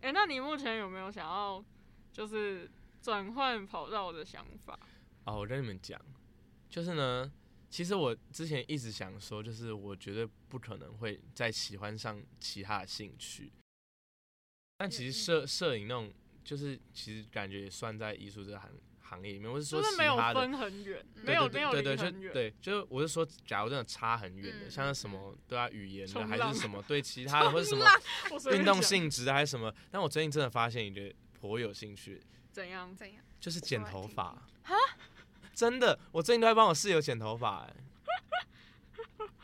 Speaker 3: 哎、那你目前有没有想要就是转换跑道的想法？
Speaker 1: 哦，我跟你们讲，就是呢，其实我之前一直想说，就是我绝对不可能会再喜欢上其他的兴趣，但其实
Speaker 3: 嗯
Speaker 1: 摄摄影那种，就是其实感觉也算在艺术这个行行业里面，我是说
Speaker 3: 就是
Speaker 1: 其
Speaker 3: 没有
Speaker 1: 他的。
Speaker 3: 分很远，
Speaker 2: 嗯
Speaker 3: 没有没
Speaker 1: 对
Speaker 3: 有
Speaker 1: 对
Speaker 3: 离
Speaker 1: 对，就
Speaker 3: 很远。
Speaker 1: 对，就是我是说，假如真的差很远的，
Speaker 2: 嗯
Speaker 1: 像是什么对啊语言的，
Speaker 3: 冲
Speaker 1: 还
Speaker 3: 浪
Speaker 1: 是什么对其他的，或者什么
Speaker 3: 我随便
Speaker 1: 运动
Speaker 3: 讲
Speaker 1: 性质的，还是什么。但我最近真的发现一个颇有兴趣，
Speaker 3: 怎样？
Speaker 2: 怎样？
Speaker 1: 就是剪
Speaker 2: 说来
Speaker 1: 头
Speaker 2: 听听
Speaker 1: 发。 *laughs* 真的，我最近都在帮我室友剪头发、哎。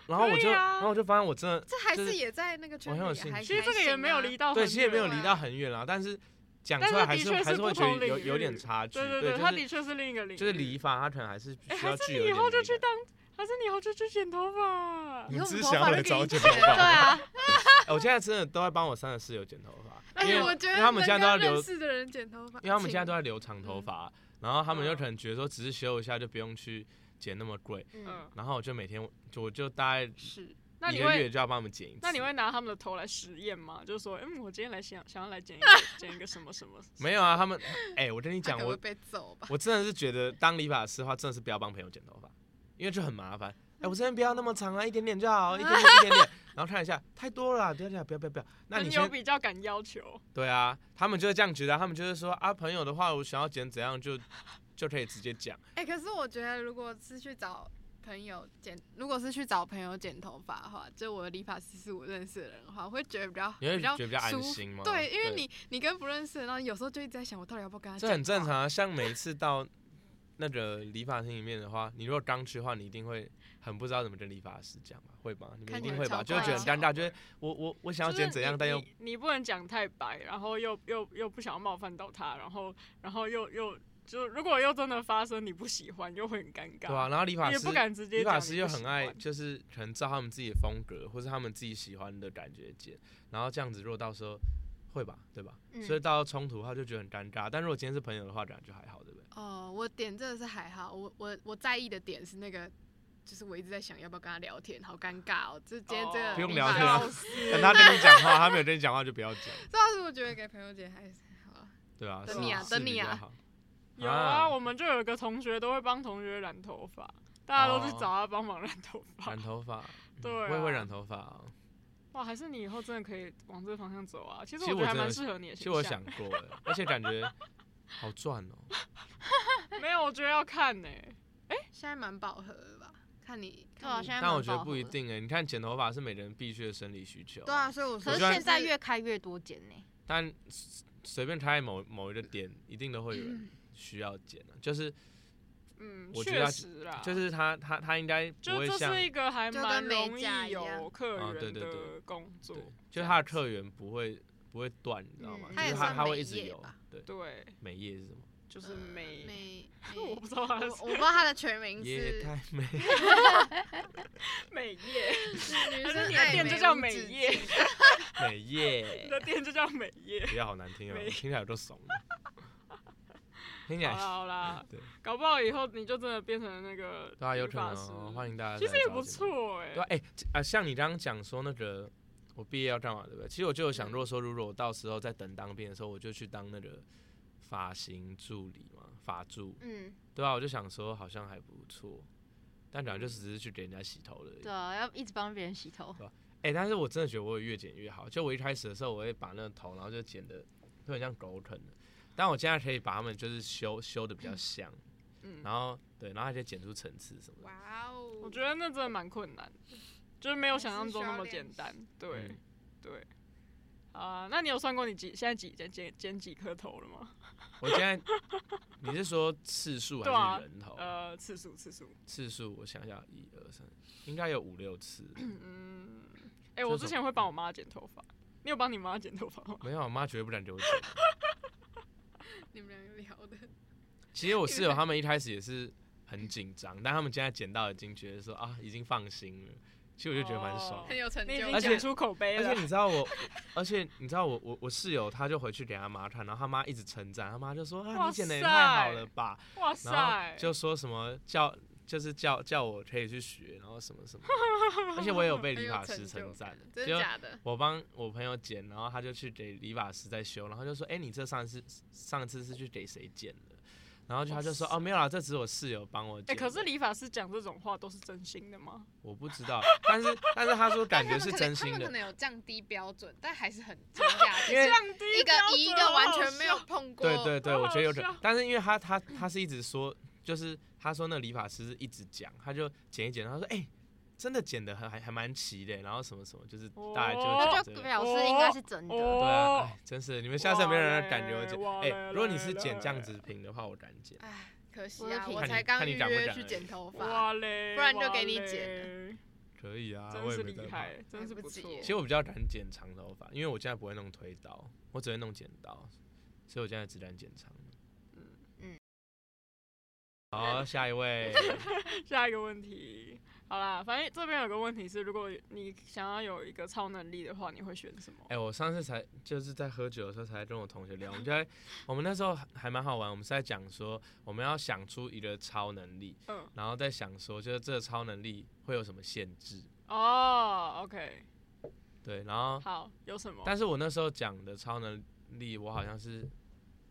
Speaker 1: 然后我
Speaker 3: 可以
Speaker 1: 就，
Speaker 3: 啊
Speaker 1: 然后我就发现我真的，
Speaker 2: 这还
Speaker 1: 就是
Speaker 2: 是也在那个圈
Speaker 1: 我
Speaker 2: 里
Speaker 1: 很有
Speaker 2: 啊，
Speaker 1: 兴
Speaker 2: 还
Speaker 1: 趣
Speaker 3: 其实这个也没有离
Speaker 2: 离，
Speaker 3: 到很
Speaker 1: 对，
Speaker 3: 远，
Speaker 1: 其
Speaker 3: 欸
Speaker 1: 实也没有
Speaker 2: 远
Speaker 1: 离
Speaker 2: 啊
Speaker 1: 到很远啦，但是讲
Speaker 3: 但
Speaker 1: 出
Speaker 3: 是
Speaker 1: 来还
Speaker 3: 的
Speaker 1: 是
Speaker 3: 确
Speaker 1: 还
Speaker 3: 是
Speaker 1: 是
Speaker 3: 不
Speaker 1: 会觉
Speaker 3: 同
Speaker 1: 得有
Speaker 3: 领
Speaker 1: 有点
Speaker 3: 域
Speaker 1: 差距，
Speaker 3: 对对
Speaker 1: 对，
Speaker 3: 他
Speaker 1: 就
Speaker 3: 的
Speaker 1: 是
Speaker 3: 确是另一个领域，
Speaker 1: 就是理发，他可能还是
Speaker 3: 哎，
Speaker 1: 需
Speaker 3: 还
Speaker 1: 要
Speaker 3: 是
Speaker 1: 具
Speaker 3: 你
Speaker 1: 有一
Speaker 3: 以
Speaker 1: 点
Speaker 3: 后就
Speaker 1: 美
Speaker 3: 去
Speaker 1: 感
Speaker 3: 当，还是你以后就去剪头发啊
Speaker 1: 你？
Speaker 2: 以后我
Speaker 1: 只
Speaker 2: 们
Speaker 1: 是
Speaker 2: 头
Speaker 1: 想
Speaker 2: 发
Speaker 1: 要来
Speaker 2: 就给
Speaker 1: 找
Speaker 2: 你
Speaker 1: 我剪
Speaker 2: 剪
Speaker 1: 头发
Speaker 4: 对啊，
Speaker 1: *laughs* 哎我现在真的都在帮我三十室友剪头发，
Speaker 2: 哎
Speaker 1: 因为
Speaker 2: 我觉
Speaker 1: 因
Speaker 2: 得
Speaker 1: 为他们现在
Speaker 2: 能
Speaker 1: 都要
Speaker 2: 跟
Speaker 1: 留
Speaker 2: 认，识的人剪头发，
Speaker 1: 因为他们现在都
Speaker 2: 请
Speaker 1: 在留长
Speaker 3: 嗯
Speaker 1: 头发，然后他们就可能觉得说只是修一下就不用去剪那么贵，
Speaker 2: 嗯
Speaker 3: 嗯，
Speaker 1: 然后我就每天就我就大概一
Speaker 2: 是
Speaker 3: 那你
Speaker 1: 个
Speaker 3: 会
Speaker 1: 月就要帮他们剪一次。
Speaker 3: 那你会拿他们的头来实验吗？就是说，嗯，我今天来想想要来剪
Speaker 1: *laughs*
Speaker 3: 一个剪一个什么什么？
Speaker 1: 没有啊？他们哎、我跟你
Speaker 2: 他
Speaker 3: *laughs* 啊
Speaker 1: 讲，
Speaker 2: 可能会
Speaker 1: 我
Speaker 2: 被揍吧？
Speaker 1: 我真的是觉得当理发师的话，真的是不要帮朋友剪头发，因为就很麻烦。哎、
Speaker 3: *laughs*
Speaker 1: 我这边不要那么长啊，一点点就好，一点点一点点。然后看一下，太多了啦，啊不要不要不要不要不要。那你
Speaker 3: 朋友
Speaker 1: 先
Speaker 3: 比较敢要求，
Speaker 1: 对啊，他们就是这样觉得啊，他们就是说啊，朋友的话，我想要剪怎样就就可以直接讲。
Speaker 2: 哎、可是我觉得如果是去找朋友剪，如果是去找朋友剪头发的话，就我的理发师是我认识的人的话，我会觉得比较
Speaker 1: 你会
Speaker 2: 较
Speaker 1: 觉得比较安
Speaker 2: 舒服
Speaker 1: 心吗
Speaker 2: 对，因为
Speaker 1: 对
Speaker 2: 你你跟不认识的，然后有时候就一直在想，我到底要不要跟他？
Speaker 1: 这很正。常啊，像每一次到那个理发厅里面的话，你如果刚去的话，你一定会很不知道怎么跟理发师讲吧？会吧？你们
Speaker 2: 看
Speaker 1: 一
Speaker 2: 起
Speaker 1: 定
Speaker 2: 来
Speaker 1: 会吧？
Speaker 2: 超
Speaker 1: 就会觉得很
Speaker 2: 怪
Speaker 1: 尴
Speaker 2: 啊
Speaker 1: 尬，就是我我我想要
Speaker 3: 就是
Speaker 1: 剪怎样，
Speaker 3: 你
Speaker 1: 但又
Speaker 3: 你你不能讲太白，然后又又又不想要冒犯到他，然后然后又又就如果又真的发生你不喜欢，又会很尴尬，
Speaker 1: 对啊，然后理发
Speaker 3: 也
Speaker 1: 师
Speaker 3: 不敢直接
Speaker 1: 理
Speaker 3: 讲
Speaker 1: 发
Speaker 3: 你不
Speaker 1: 师
Speaker 3: 喜
Speaker 1: 又
Speaker 3: 欢。
Speaker 1: 很爱，就是可能照他们自己的风格或是他们自己喜欢的感觉剪，然后这样子，如果到时候会吧，对吧？
Speaker 4: 嗯
Speaker 1: 所以到冲突的话就觉得很尴尬，但如果今天是朋友的话，感觉还好，对不对？
Speaker 2: 哦，我点真的是还好，我我我在意的点是那个，就是我一直在想要不要跟他聊天，好尴尬哦。就是今天这个
Speaker 3: 哦
Speaker 1: 不用
Speaker 2: 理
Speaker 1: 聊
Speaker 2: 发
Speaker 1: 天啊
Speaker 2: 师
Speaker 3: 笑死
Speaker 1: 等他跟你讲话，他没有跟你讲话就不要讲，
Speaker 2: 对啊，所以我觉得给朋友剪还是好了。
Speaker 1: 对啊，
Speaker 2: 等
Speaker 1: 是
Speaker 2: 你啊
Speaker 1: 是
Speaker 2: 等
Speaker 1: 比
Speaker 2: 你
Speaker 1: 较
Speaker 2: 啊
Speaker 1: 好
Speaker 3: 有
Speaker 1: 啊
Speaker 3: 啊，我们就有一个同学都会帮同学染头发，大家都去
Speaker 1: 哦
Speaker 3: 找他帮忙染头发
Speaker 1: 染。头发，嗯
Speaker 3: 对
Speaker 1: 我也会
Speaker 3: 啊
Speaker 1: 染头发、哦。
Speaker 3: 哇，还是你以后真的可以往这个方向走啊！其实
Speaker 1: 其实
Speaker 3: 我觉得
Speaker 1: 我
Speaker 3: 还
Speaker 1: 真的
Speaker 3: 蛮适合你的
Speaker 1: 其
Speaker 3: 形
Speaker 1: 实
Speaker 3: 象。
Speaker 1: 我想过了，而且感觉好赚哦。
Speaker 3: 没有，我觉得要看呢、
Speaker 2: 现在蛮饱和的吧？看你，
Speaker 4: 对啊，
Speaker 2: 看你
Speaker 4: 现在
Speaker 1: 但我
Speaker 4: 蛮
Speaker 1: 觉得
Speaker 4: 饱
Speaker 1: 不
Speaker 4: 和
Speaker 1: 一
Speaker 4: 的。
Speaker 1: 定哎、你看剪头发是每个人必须的生理需求啊，
Speaker 2: 对啊，所以我说
Speaker 4: 可是
Speaker 1: 我觉得
Speaker 4: 现在越开越多剪呢、
Speaker 1: 但随随便开某某一个点，一定都会有人需要剪的、就是
Speaker 3: 嗯，
Speaker 1: 我觉得
Speaker 3: 确
Speaker 1: 要
Speaker 3: 实啦，
Speaker 1: 就是他他他应该不
Speaker 3: 就
Speaker 1: 会
Speaker 3: 这
Speaker 1: 像
Speaker 3: 是一个还
Speaker 2: 就
Speaker 3: 蛮
Speaker 2: 跟美
Speaker 3: 容易
Speaker 2: 甲一
Speaker 3: 有
Speaker 2: 样
Speaker 1: 啊
Speaker 3: 客
Speaker 1: 对
Speaker 3: 源
Speaker 1: 对对
Speaker 3: 的工作
Speaker 1: 对，，
Speaker 3: 这
Speaker 1: 就是
Speaker 3: 样
Speaker 1: 他的客源不会不会断，你知道吗？
Speaker 4: 嗯
Speaker 1: 就
Speaker 4: 他
Speaker 1: 是
Speaker 4: 也
Speaker 1: 他
Speaker 4: 算
Speaker 1: 他会
Speaker 2: 美
Speaker 1: 一直
Speaker 2: 业
Speaker 1: 有
Speaker 2: 吧
Speaker 3: *laughs*
Speaker 1: 对
Speaker 3: 对，
Speaker 1: 美业是什么？
Speaker 3: 就是美，
Speaker 2: 呃美
Speaker 3: *laughs* 我
Speaker 2: 美
Speaker 3: 不知道他
Speaker 2: 我
Speaker 3: *laughs* 是
Speaker 2: 我不知道他的全名
Speaker 1: 也
Speaker 2: 是
Speaker 1: 太美， *laughs*
Speaker 3: 美业，
Speaker 2: 女
Speaker 3: 还是
Speaker 2: 生
Speaker 3: 你的
Speaker 2: 爱
Speaker 3: *laughs* 店就
Speaker 2: 美
Speaker 3: 叫
Speaker 2: 无
Speaker 3: 美
Speaker 2: 止
Speaker 3: 业， *laughs*
Speaker 2: 境
Speaker 1: 美
Speaker 3: 你 *laughs*
Speaker 1: 业，
Speaker 3: 的店就叫美
Speaker 1: *laughs*
Speaker 3: 业。
Speaker 1: 不要好难听哦，
Speaker 3: 美
Speaker 1: 听起来我都怂了，听起
Speaker 3: 好
Speaker 1: 来
Speaker 3: 啦好啦，
Speaker 1: 对
Speaker 3: 搞不好以后你就真的变成那个
Speaker 1: 对啊，有
Speaker 3: 理
Speaker 1: 可
Speaker 3: 发
Speaker 1: 能
Speaker 3: 师
Speaker 1: 哦，欢迎大家。
Speaker 3: 其实也不。错哎、
Speaker 1: 对啊，哎、这啊、像你刚刚讲说那个我毕业要干嘛，对不对？其实我就有
Speaker 3: 嗯
Speaker 1: 想过说，如果我到时候在等当兵的时候，我就去当那个发型助理嘛，发助，
Speaker 4: 嗯，
Speaker 1: 对啊，我就想说好像还不错，但感觉就只是去给人家洗头而已。
Speaker 4: 对啊，要一直帮别人洗头。
Speaker 1: 哎、但是我真的觉得我有越剪越好。就我一开始的时候，我会把那个头，然后就剪的就很像狗啃的，但我现在可以把它们就是修修的比较像，
Speaker 3: 嗯，
Speaker 1: 然后对，然后还可以剪出层次什么的。
Speaker 2: 哇哦！
Speaker 3: 我觉得那真的蛮困难的，就是没有想象中那么
Speaker 2: 还是需要
Speaker 3: 简
Speaker 2: 练习
Speaker 3: 单。对、
Speaker 1: 嗯
Speaker 3: 对，啊、那你有算过你几现在几剪剪剪几颗头了吗？
Speaker 1: 我现在你是说次数
Speaker 3: 对
Speaker 1: 还
Speaker 3: 啊
Speaker 1: 是人头？
Speaker 3: 呃，次数次数，
Speaker 1: 次数，我想一下，一二三，应该有五六次。
Speaker 3: 嗯，哎、
Speaker 1: 这
Speaker 3: 我
Speaker 1: 种
Speaker 3: 之前会帮我妈剪头发，你有帮你妈剪头发吗？
Speaker 1: 没有，我妈绝对不敢给我剪。
Speaker 2: 你们两个聊的，
Speaker 1: 其实我室友他们一开始也是很紧张，但他们现在剪到已经觉得说啊，已经放心了。其实我就觉得蛮爽
Speaker 3: 哦
Speaker 1: 的。
Speaker 2: 很有成
Speaker 3: 你已
Speaker 2: 就
Speaker 3: 经
Speaker 1: 而
Speaker 2: 感，
Speaker 1: 且
Speaker 3: 剪出口碑
Speaker 1: 而
Speaker 3: 了
Speaker 1: 且，你知道我，而且你知道我我我室友他就回去给他妈看，然后他妈一直称赞，他妈就说啊
Speaker 3: 哇
Speaker 1: 你剪的也
Speaker 3: 塞
Speaker 1: 太好了吧，
Speaker 3: 哇
Speaker 1: 然
Speaker 3: 塞
Speaker 1: 后，就说什么叫就是叫叫我可以去学，然后什么什么，而且我也有被
Speaker 2: *laughs* 很
Speaker 1: 理
Speaker 2: 有
Speaker 1: 发
Speaker 2: 成
Speaker 1: 师
Speaker 2: 就
Speaker 1: 称赞
Speaker 2: 感，，真
Speaker 1: 结
Speaker 2: 的
Speaker 1: 果
Speaker 2: 假的？
Speaker 1: 我帮我朋友剪，然后他就去给理发师在修，然后就说：“哎、你这上次上次是去给谁剪的？”然后就他就说：“
Speaker 3: 哇塞
Speaker 1: 哦，没有啦，这只是我室友帮我
Speaker 3: 哎、
Speaker 1: 剪。”
Speaker 3: 可是理发师讲这种话都是真心的吗？
Speaker 1: 我不知道，但是但是他说感觉
Speaker 2: *laughs* 但他
Speaker 1: 是
Speaker 2: 们可能
Speaker 1: 真心
Speaker 2: 他们可
Speaker 1: 的，
Speaker 2: 能有降低标准，但还是很
Speaker 1: *laughs*
Speaker 2: 惊讶，
Speaker 1: 因为
Speaker 2: 就是
Speaker 3: 降低
Speaker 2: 一个
Speaker 3: 标
Speaker 2: 以一
Speaker 3: 准
Speaker 2: 个完
Speaker 3: 好
Speaker 2: 全没有
Speaker 3: 笑
Speaker 2: 碰过，
Speaker 1: 对对对，
Speaker 3: 好
Speaker 1: 我觉得有
Speaker 3: 好
Speaker 1: 可能
Speaker 3: 笑，
Speaker 1: 但是因为他他他是一直说，就是他说那理发师是一直讲，他就剪一剪，然后他说：“哎、真的剪的还还还蛮齐的，然后什么什么，就是大概
Speaker 3: 哦
Speaker 1: 就
Speaker 4: 那
Speaker 1: 剪这个。”
Speaker 4: 就表示应该是真的。
Speaker 1: 对
Speaker 3: 哦
Speaker 1: 啊，哎，真是你们下次有没有人敢给我剪
Speaker 3: 哇？
Speaker 1: 哎、
Speaker 3: 嘞哇嘞
Speaker 1: 如果你是剪
Speaker 3: 嘞
Speaker 1: 这样子平的话，我敢剪。
Speaker 2: 哎，可惜
Speaker 4: 我的
Speaker 2: 啊，
Speaker 4: 品
Speaker 2: 我
Speaker 1: 看你
Speaker 2: 才刚
Speaker 1: 看你
Speaker 2: 预
Speaker 1: 敢不
Speaker 2: 约
Speaker 1: 敢
Speaker 2: 去
Speaker 1: 而已
Speaker 2: 剪头发，
Speaker 3: 哇 *laughs* 嘞，
Speaker 2: 不然就
Speaker 3: 哇
Speaker 2: 给你
Speaker 3: 嘞
Speaker 2: 剪
Speaker 1: 可以啊，
Speaker 3: 真
Speaker 1: 我
Speaker 3: 是
Speaker 1: 也没在
Speaker 3: 厉
Speaker 1: 怕。
Speaker 3: 害，哎真是
Speaker 2: 还
Speaker 3: 不
Speaker 2: 不急
Speaker 3: 错。
Speaker 1: 其实我比较敢剪长头发，因为我现在不会弄推刀，我只会弄剪刀，所以我现在只敢剪长的。
Speaker 4: 嗯
Speaker 1: 好，下一
Speaker 3: *laughs*
Speaker 1: 位，
Speaker 3: 下一个问题，好啦，反正这边有个问题是，如果你想要有一个超能力的话，你会选什么？
Speaker 1: 哎、我上次才就是在喝酒的时候才跟我同学聊，我们就在我们那时候还还蛮好玩，我们是在讲说我们要想出一个超能力，
Speaker 3: 嗯，
Speaker 1: 然后再想说就是这个超能力会有什么限制，
Speaker 3: 哦，OK，
Speaker 1: 对，然后
Speaker 3: 好，有什么？
Speaker 1: 但是我那时候讲的超能力，我好像是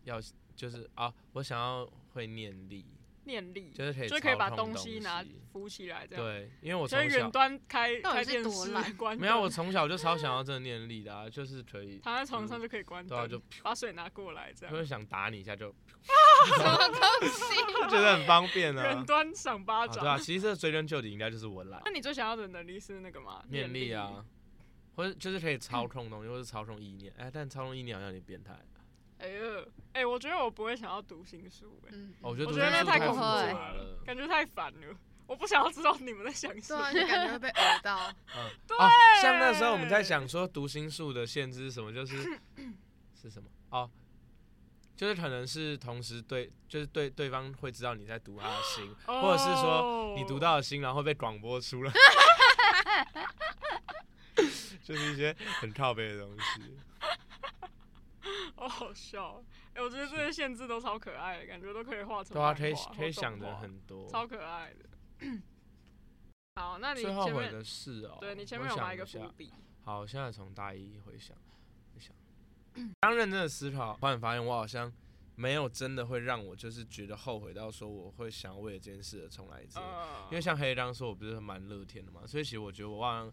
Speaker 1: 要就是啊，我想要会念力，
Speaker 3: 念力，
Speaker 1: 就是可以
Speaker 3: 就可以把
Speaker 1: 操控东
Speaker 3: 西拿
Speaker 1: 西
Speaker 3: 扶起来这样。
Speaker 1: 对，因为我
Speaker 3: 所以
Speaker 1: 从
Speaker 3: 远
Speaker 1: 小
Speaker 3: 端开
Speaker 2: 到底
Speaker 3: 开
Speaker 2: 是
Speaker 3: 电
Speaker 2: 多
Speaker 3: 视
Speaker 2: 懒
Speaker 3: 关灯，
Speaker 1: 没有，我从小就超想要
Speaker 3: *laughs*
Speaker 1: 这个念力的、啊，就是可以，
Speaker 3: 躺在床上就可以关
Speaker 1: 对啊，就
Speaker 3: 灯，把水拿过来这
Speaker 1: 就
Speaker 3: 样。
Speaker 1: 是想打你一下就，
Speaker 2: 什么东西？
Speaker 1: 就觉得很方便
Speaker 3: *laughs* 远
Speaker 1: 啊。
Speaker 3: 端赏巴
Speaker 1: 啊对
Speaker 3: 掌。
Speaker 1: 啊，其实这追根究底应该就是我懒
Speaker 3: 那你最想要的能力是那个吗？
Speaker 1: 念
Speaker 3: 力嗯
Speaker 1: 力，啊，或者就是可以操控东西，或者操控意念。哎，但操控意念好像有点变态。啊
Speaker 3: 哎呦，哎，我觉得我不会想要读心术，哎，
Speaker 2: 嗯，
Speaker 1: 哦，我觉得
Speaker 3: 我
Speaker 1: 读
Speaker 3: 觉
Speaker 1: 心
Speaker 3: 得那
Speaker 1: 术
Speaker 3: 太
Speaker 1: 复
Speaker 3: 恐怖
Speaker 1: 杂了 *laughs*
Speaker 3: 了，。感觉太烦了。我不想要知道你们在想什
Speaker 2: 对啊，
Speaker 3: 么。
Speaker 2: 就感觉会被讹到。
Speaker 1: 嗯，哦，像那时候我们在想说读心术的限制是什么，
Speaker 3: *coughs*
Speaker 1: 就是是什么哦，就是可能是同时对，就是对对方会知道你在读他的心，或者是说你读
Speaker 3: 哦
Speaker 1: 到的心，然后被广播出
Speaker 3: *laughs*
Speaker 1: 来，就是一些很靠背的东
Speaker 3: *laughs*
Speaker 1: 西。
Speaker 3: 好哦好笑。哎、我觉得这些限制都超可爱的，感觉都可以画成
Speaker 1: 对啊，
Speaker 3: 漫
Speaker 1: 可以
Speaker 3: 画
Speaker 1: 可以
Speaker 3: 或动
Speaker 1: 想
Speaker 3: 画
Speaker 1: 的很多。
Speaker 3: 超可爱的。好，那你
Speaker 1: 最后
Speaker 3: 前
Speaker 1: 悔
Speaker 3: 面
Speaker 1: 的事哦，
Speaker 3: 对你前
Speaker 1: 我
Speaker 3: 面有
Speaker 1: 想
Speaker 3: 埋一个
Speaker 1: 下
Speaker 3: 伏笔，
Speaker 1: 好，现在从大一回想，回想，当认真的思考，忽然发现我好像没有真的会让我就是觉得后悔到说我会想要为了这件事而重来一次。
Speaker 3: 呃
Speaker 1: 因为像黑刚说，我不是蛮乐天的嘛，所以其实我觉得我好像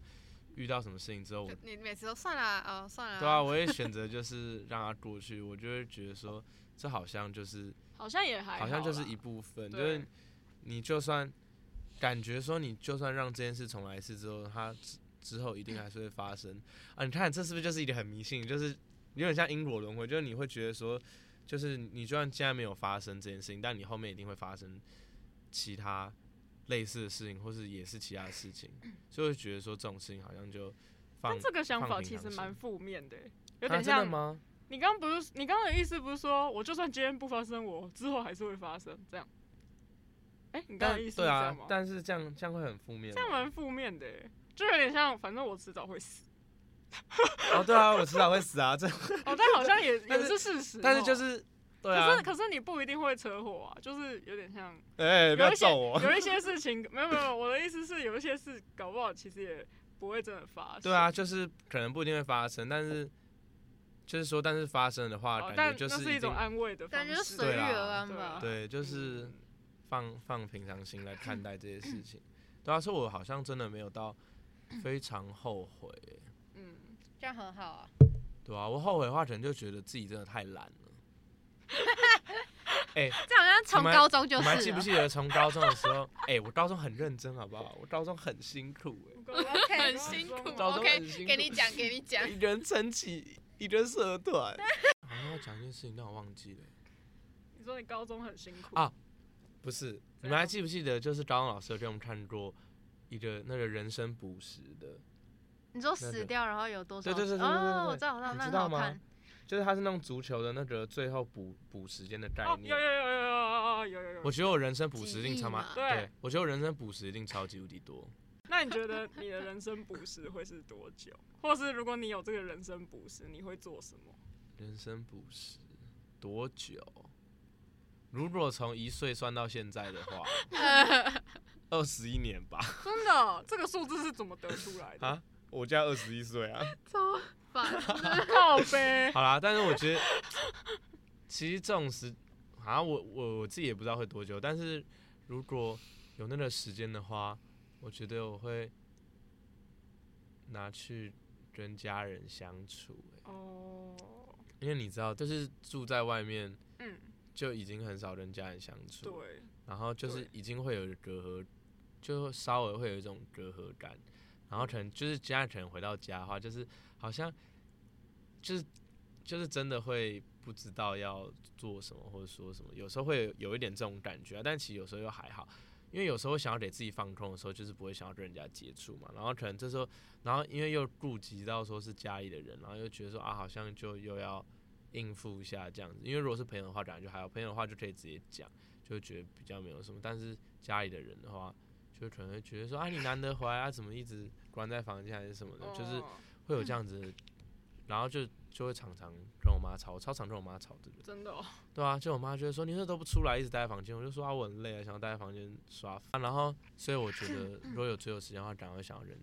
Speaker 1: 遇到什么事情之 *laughs* 后，我
Speaker 2: 就你每次都算了，哦，算了。
Speaker 1: 对啊，，我也选择就是让它过去，我就会觉得说这好像就是
Speaker 3: 好像也还
Speaker 1: 好像就是
Speaker 3: 啦
Speaker 1: 一部分，就
Speaker 3: 对
Speaker 1: 是你就算感觉说你就算让这件事重来一次之后，它之之后一定还是会发生啊！你看这是不是就是一个很迷信，就是有点像因果轮回，就是你会觉得说，就是你就算现在没有发生这件事情，但你后面一定会发生其他类似的事情，或是也是其他的事情，所以我就觉得说这种事情好像就放
Speaker 3: 但这个想法
Speaker 1: 放平
Speaker 3: 其实
Speaker 1: 常心
Speaker 3: 蛮负面的、有
Speaker 1: 啊
Speaker 3: 点
Speaker 1: 真的
Speaker 3: 像、
Speaker 1: 吗？
Speaker 3: 你刚刚不是你刚刚的意思不是说我就算今天不发生我，之后还是会发生这样？哎、你刚刚
Speaker 1: 但
Speaker 3: 的意思是
Speaker 1: 对
Speaker 3: 这样
Speaker 1: 啊
Speaker 3: 吗？，
Speaker 1: 但是这样这样会很负面
Speaker 3: 这样
Speaker 1: 吗。
Speaker 3: 蛮负面的、欸就有点像反正我迟早会死。
Speaker 1: 哦，对啊，我迟早会死啊，这
Speaker 3: 哦，但好像也
Speaker 1: 但
Speaker 3: 也
Speaker 1: 是
Speaker 3: 是事实哦，
Speaker 1: 但是就是对啊，
Speaker 3: 可是可是你不一定会车祸啊，就是有点像
Speaker 1: 哎、不
Speaker 3: 有
Speaker 1: 要
Speaker 3: 一些
Speaker 1: 揍我！
Speaker 3: 有一些事情，没有没有没有，我的意思是有一些事搞不好其实也不会真的发
Speaker 1: *laughs*
Speaker 3: 生。
Speaker 1: 对啊，，就是可能不一定会发生，但是就是说，但是发生的话，
Speaker 3: 哦、
Speaker 1: 感
Speaker 3: 但
Speaker 1: 觉就
Speaker 3: 那是
Speaker 1: 一
Speaker 3: 一
Speaker 1: 定
Speaker 3: 种安慰的方
Speaker 4: 感
Speaker 3: 式，
Speaker 4: 觉随
Speaker 1: 对
Speaker 4: 遇
Speaker 1: 啦
Speaker 4: 而安
Speaker 3: 对啊
Speaker 4: 吧。
Speaker 1: 对，就是放放平常心来看待这些事
Speaker 3: *clears throat*
Speaker 1: 情。对啊，所以我好像真的没有到非常后悔欸、
Speaker 3: 嗯，
Speaker 4: 这样很好啊。
Speaker 1: 对啊，我后悔的话，可能就觉得自己真的太懒了。哎、
Speaker 4: 这好像从
Speaker 1: 你们
Speaker 4: 高中
Speaker 1: 你
Speaker 4: 就
Speaker 1: 们
Speaker 4: 是
Speaker 1: 还记不
Speaker 3: 啊
Speaker 4: 了。
Speaker 1: 记得从高中的时候？哎、我高中很认真，好不好？我高中很辛苦、
Speaker 3: 嗯
Speaker 1: 哎，
Speaker 2: *laughs* 很辛苦。
Speaker 1: 高中
Speaker 2: OK，
Speaker 1: 很辛苦。
Speaker 2: 给你讲，给
Speaker 1: *laughs*
Speaker 2: 你讲。
Speaker 1: 一个人撑起一个社团。好像要讲一件事情，但我忘记了。
Speaker 3: 你说你高中很辛苦
Speaker 1: 啊不是，你们
Speaker 3: 样
Speaker 1: 还记不记得，就是高中老师有给我们看过一个那个人生补食的，
Speaker 4: 你
Speaker 1: 那
Speaker 4: 说
Speaker 1: 个
Speaker 4: 死掉然后有多
Speaker 1: 对
Speaker 4: 少？
Speaker 1: 对对对对对
Speaker 4: 哦，
Speaker 1: 对
Speaker 4: 我知道，我知道，
Speaker 1: 你
Speaker 4: 那
Speaker 1: 知
Speaker 4: 很
Speaker 1: 道
Speaker 4: 好
Speaker 1: 吗
Speaker 4: 看。
Speaker 1: 就是他是那种足球的那个最后补补时间的概
Speaker 3: 哦，
Speaker 1: 念
Speaker 3: 有有。有有有有有有有有
Speaker 1: 我觉得我人生补时一定
Speaker 2: 记忆
Speaker 1: 超
Speaker 2: 嘛
Speaker 1: 满，
Speaker 3: 对
Speaker 1: 对我觉得我人生补时一定超级无敌多。
Speaker 3: 那你觉得你的人生补时会是多久？或是如果你有这个人生补时，你会做什么？
Speaker 1: 人生补时多久？如果从一岁算到现在的 *laughs* 话，二十一年吧。
Speaker 3: 真的哦，这个数字是怎么得出来的？
Speaker 1: 啊，我家二十一岁啊。
Speaker 2: 超烦
Speaker 1: *laughs*
Speaker 2: 的，
Speaker 3: 靠 *laughs* 呗，
Speaker 1: 好啦，但是我觉得其实这种时，好像我我我自己也不知道会多久，但是如果有那个时间的话，我觉得我会拿去跟家人相处、欸
Speaker 3: 哦，
Speaker 1: 因为你知道，就是住在外面
Speaker 3: 嗯，
Speaker 1: 就已经很少跟家人相处，
Speaker 3: 对，
Speaker 1: 然后就是
Speaker 3: 对
Speaker 1: 已经会有一个隔阂，就稍微会有一种隔阂感，然后可能就是现在可能回到家的话，就是好像就是就是真的会不知道要做什么或者说什么，有时候会有一点这种感觉啊，但其实有时候又还好。因为有时候想要给自己放空的时候，就是不会想要跟人家接触嘛。然后可能这时候，然后因为又顾及到说是家里的人，然后又觉得说啊，好像就又要应付一下这样子。因为如果是朋友的话，感觉就还好；朋友的话就可以直接讲，就觉得比较没有什么。但是家里的人的话，就可能会觉得说啊，你难得回来啊，怎么一直关在房间还是什么的，呃就是
Speaker 3: 哦
Speaker 1: 会有这样子的。然后就就会常常跟我妈吵，我超常跟我妈吵这个。
Speaker 3: 真的哦，
Speaker 1: 对啊，就我妈就会说你这都不出来，一直待在房间。我就说啊，我很累啊，想要待在房间刷。啊、然后，所以我觉
Speaker 3: *laughs*
Speaker 1: 得如果有最有时间的话，赶快想要人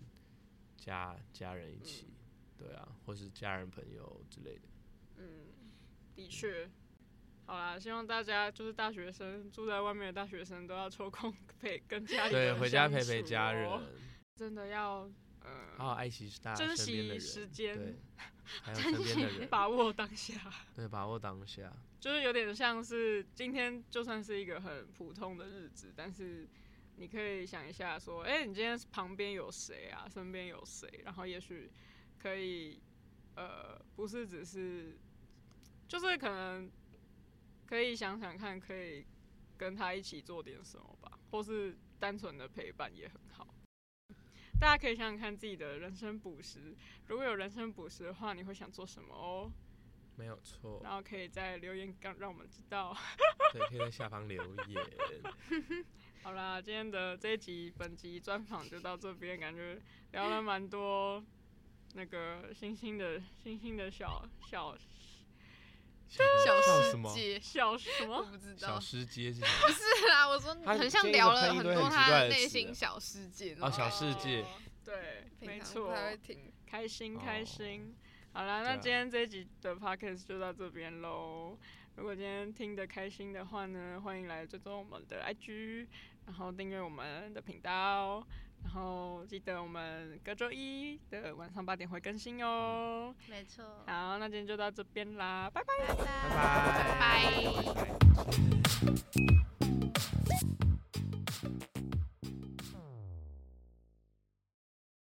Speaker 1: 家家人一起，
Speaker 3: 嗯
Speaker 1: 对啊，或是家人朋友之类的。
Speaker 3: 嗯，的确，好啦，希望大家就是大学生住在外面的大学生都要抽空 *laughs* 陪跟家里
Speaker 1: 对，
Speaker 3: 人
Speaker 1: 回家
Speaker 3: 相
Speaker 1: 陪陪
Speaker 3: 处
Speaker 1: 家
Speaker 3: 哦
Speaker 1: 人，
Speaker 3: 真的要呃
Speaker 1: 好好爱惜大家
Speaker 3: 珍
Speaker 1: 身边的
Speaker 3: 惜
Speaker 1: 人，
Speaker 3: 时间
Speaker 1: 对，
Speaker 3: *laughs*
Speaker 1: 还有身边的人，
Speaker 3: 把握当下，
Speaker 1: 对，把握当下，
Speaker 3: 就是有点像是今天就算是一个很普通的日子，但是你可以想一下说，哎、你今天旁边有谁啊？身边有谁？然后也许可以呃，不是只是就是可能可以想想看，可以跟他一起做点什么吧，或是单纯的陪伴也很好。大家可以想想看自己的人生补时，如果有人生补时的话，你会想做什么哦？
Speaker 1: 没有错，
Speaker 3: *laughs* 然后可以在留言让让我们知道。
Speaker 1: 对，可以在下方留言，
Speaker 3: 好啦，今天的这一集本集专访就到这边，感觉聊了蛮多那个星星的星星的小小
Speaker 2: 小
Speaker 1: 叫什
Speaker 2: 世
Speaker 1: 么？
Speaker 2: 界，
Speaker 3: 小什
Speaker 2: 我
Speaker 3: 么？
Speaker 2: 不知
Speaker 1: 小
Speaker 2: 道，
Speaker 1: 师街是什么？
Speaker 2: 不 *laughs* 是啦，我说
Speaker 1: 他
Speaker 2: 很像
Speaker 1: 今天一直
Speaker 2: 聊了
Speaker 1: 喷一
Speaker 2: 很
Speaker 1: 堆很
Speaker 2: 多
Speaker 1: 奇
Speaker 2: 他
Speaker 1: 怪
Speaker 2: 的
Speaker 1: 的
Speaker 2: 内
Speaker 1: 词
Speaker 2: 心
Speaker 1: 啊
Speaker 2: 世界那种
Speaker 1: 哦小世界
Speaker 3: 哦对，没
Speaker 2: 平常不
Speaker 3: 错，
Speaker 2: 太会听。
Speaker 3: 开心
Speaker 1: 哦
Speaker 3: 开心。好啦，
Speaker 1: 对
Speaker 3: 那
Speaker 1: 啊
Speaker 3: 今天这一集的 podcast 就到这边喽。如果今天听得开心的话呢，欢迎来追踪我们的 IG，然后订阅我们的频道，然后记得我们隔周一的晚上八点会更新哦。
Speaker 4: 没错。
Speaker 3: 好，那今天就到这边啦，拜拜。
Speaker 1: 拜拜，
Speaker 2: 拜拜
Speaker 1: 各位再见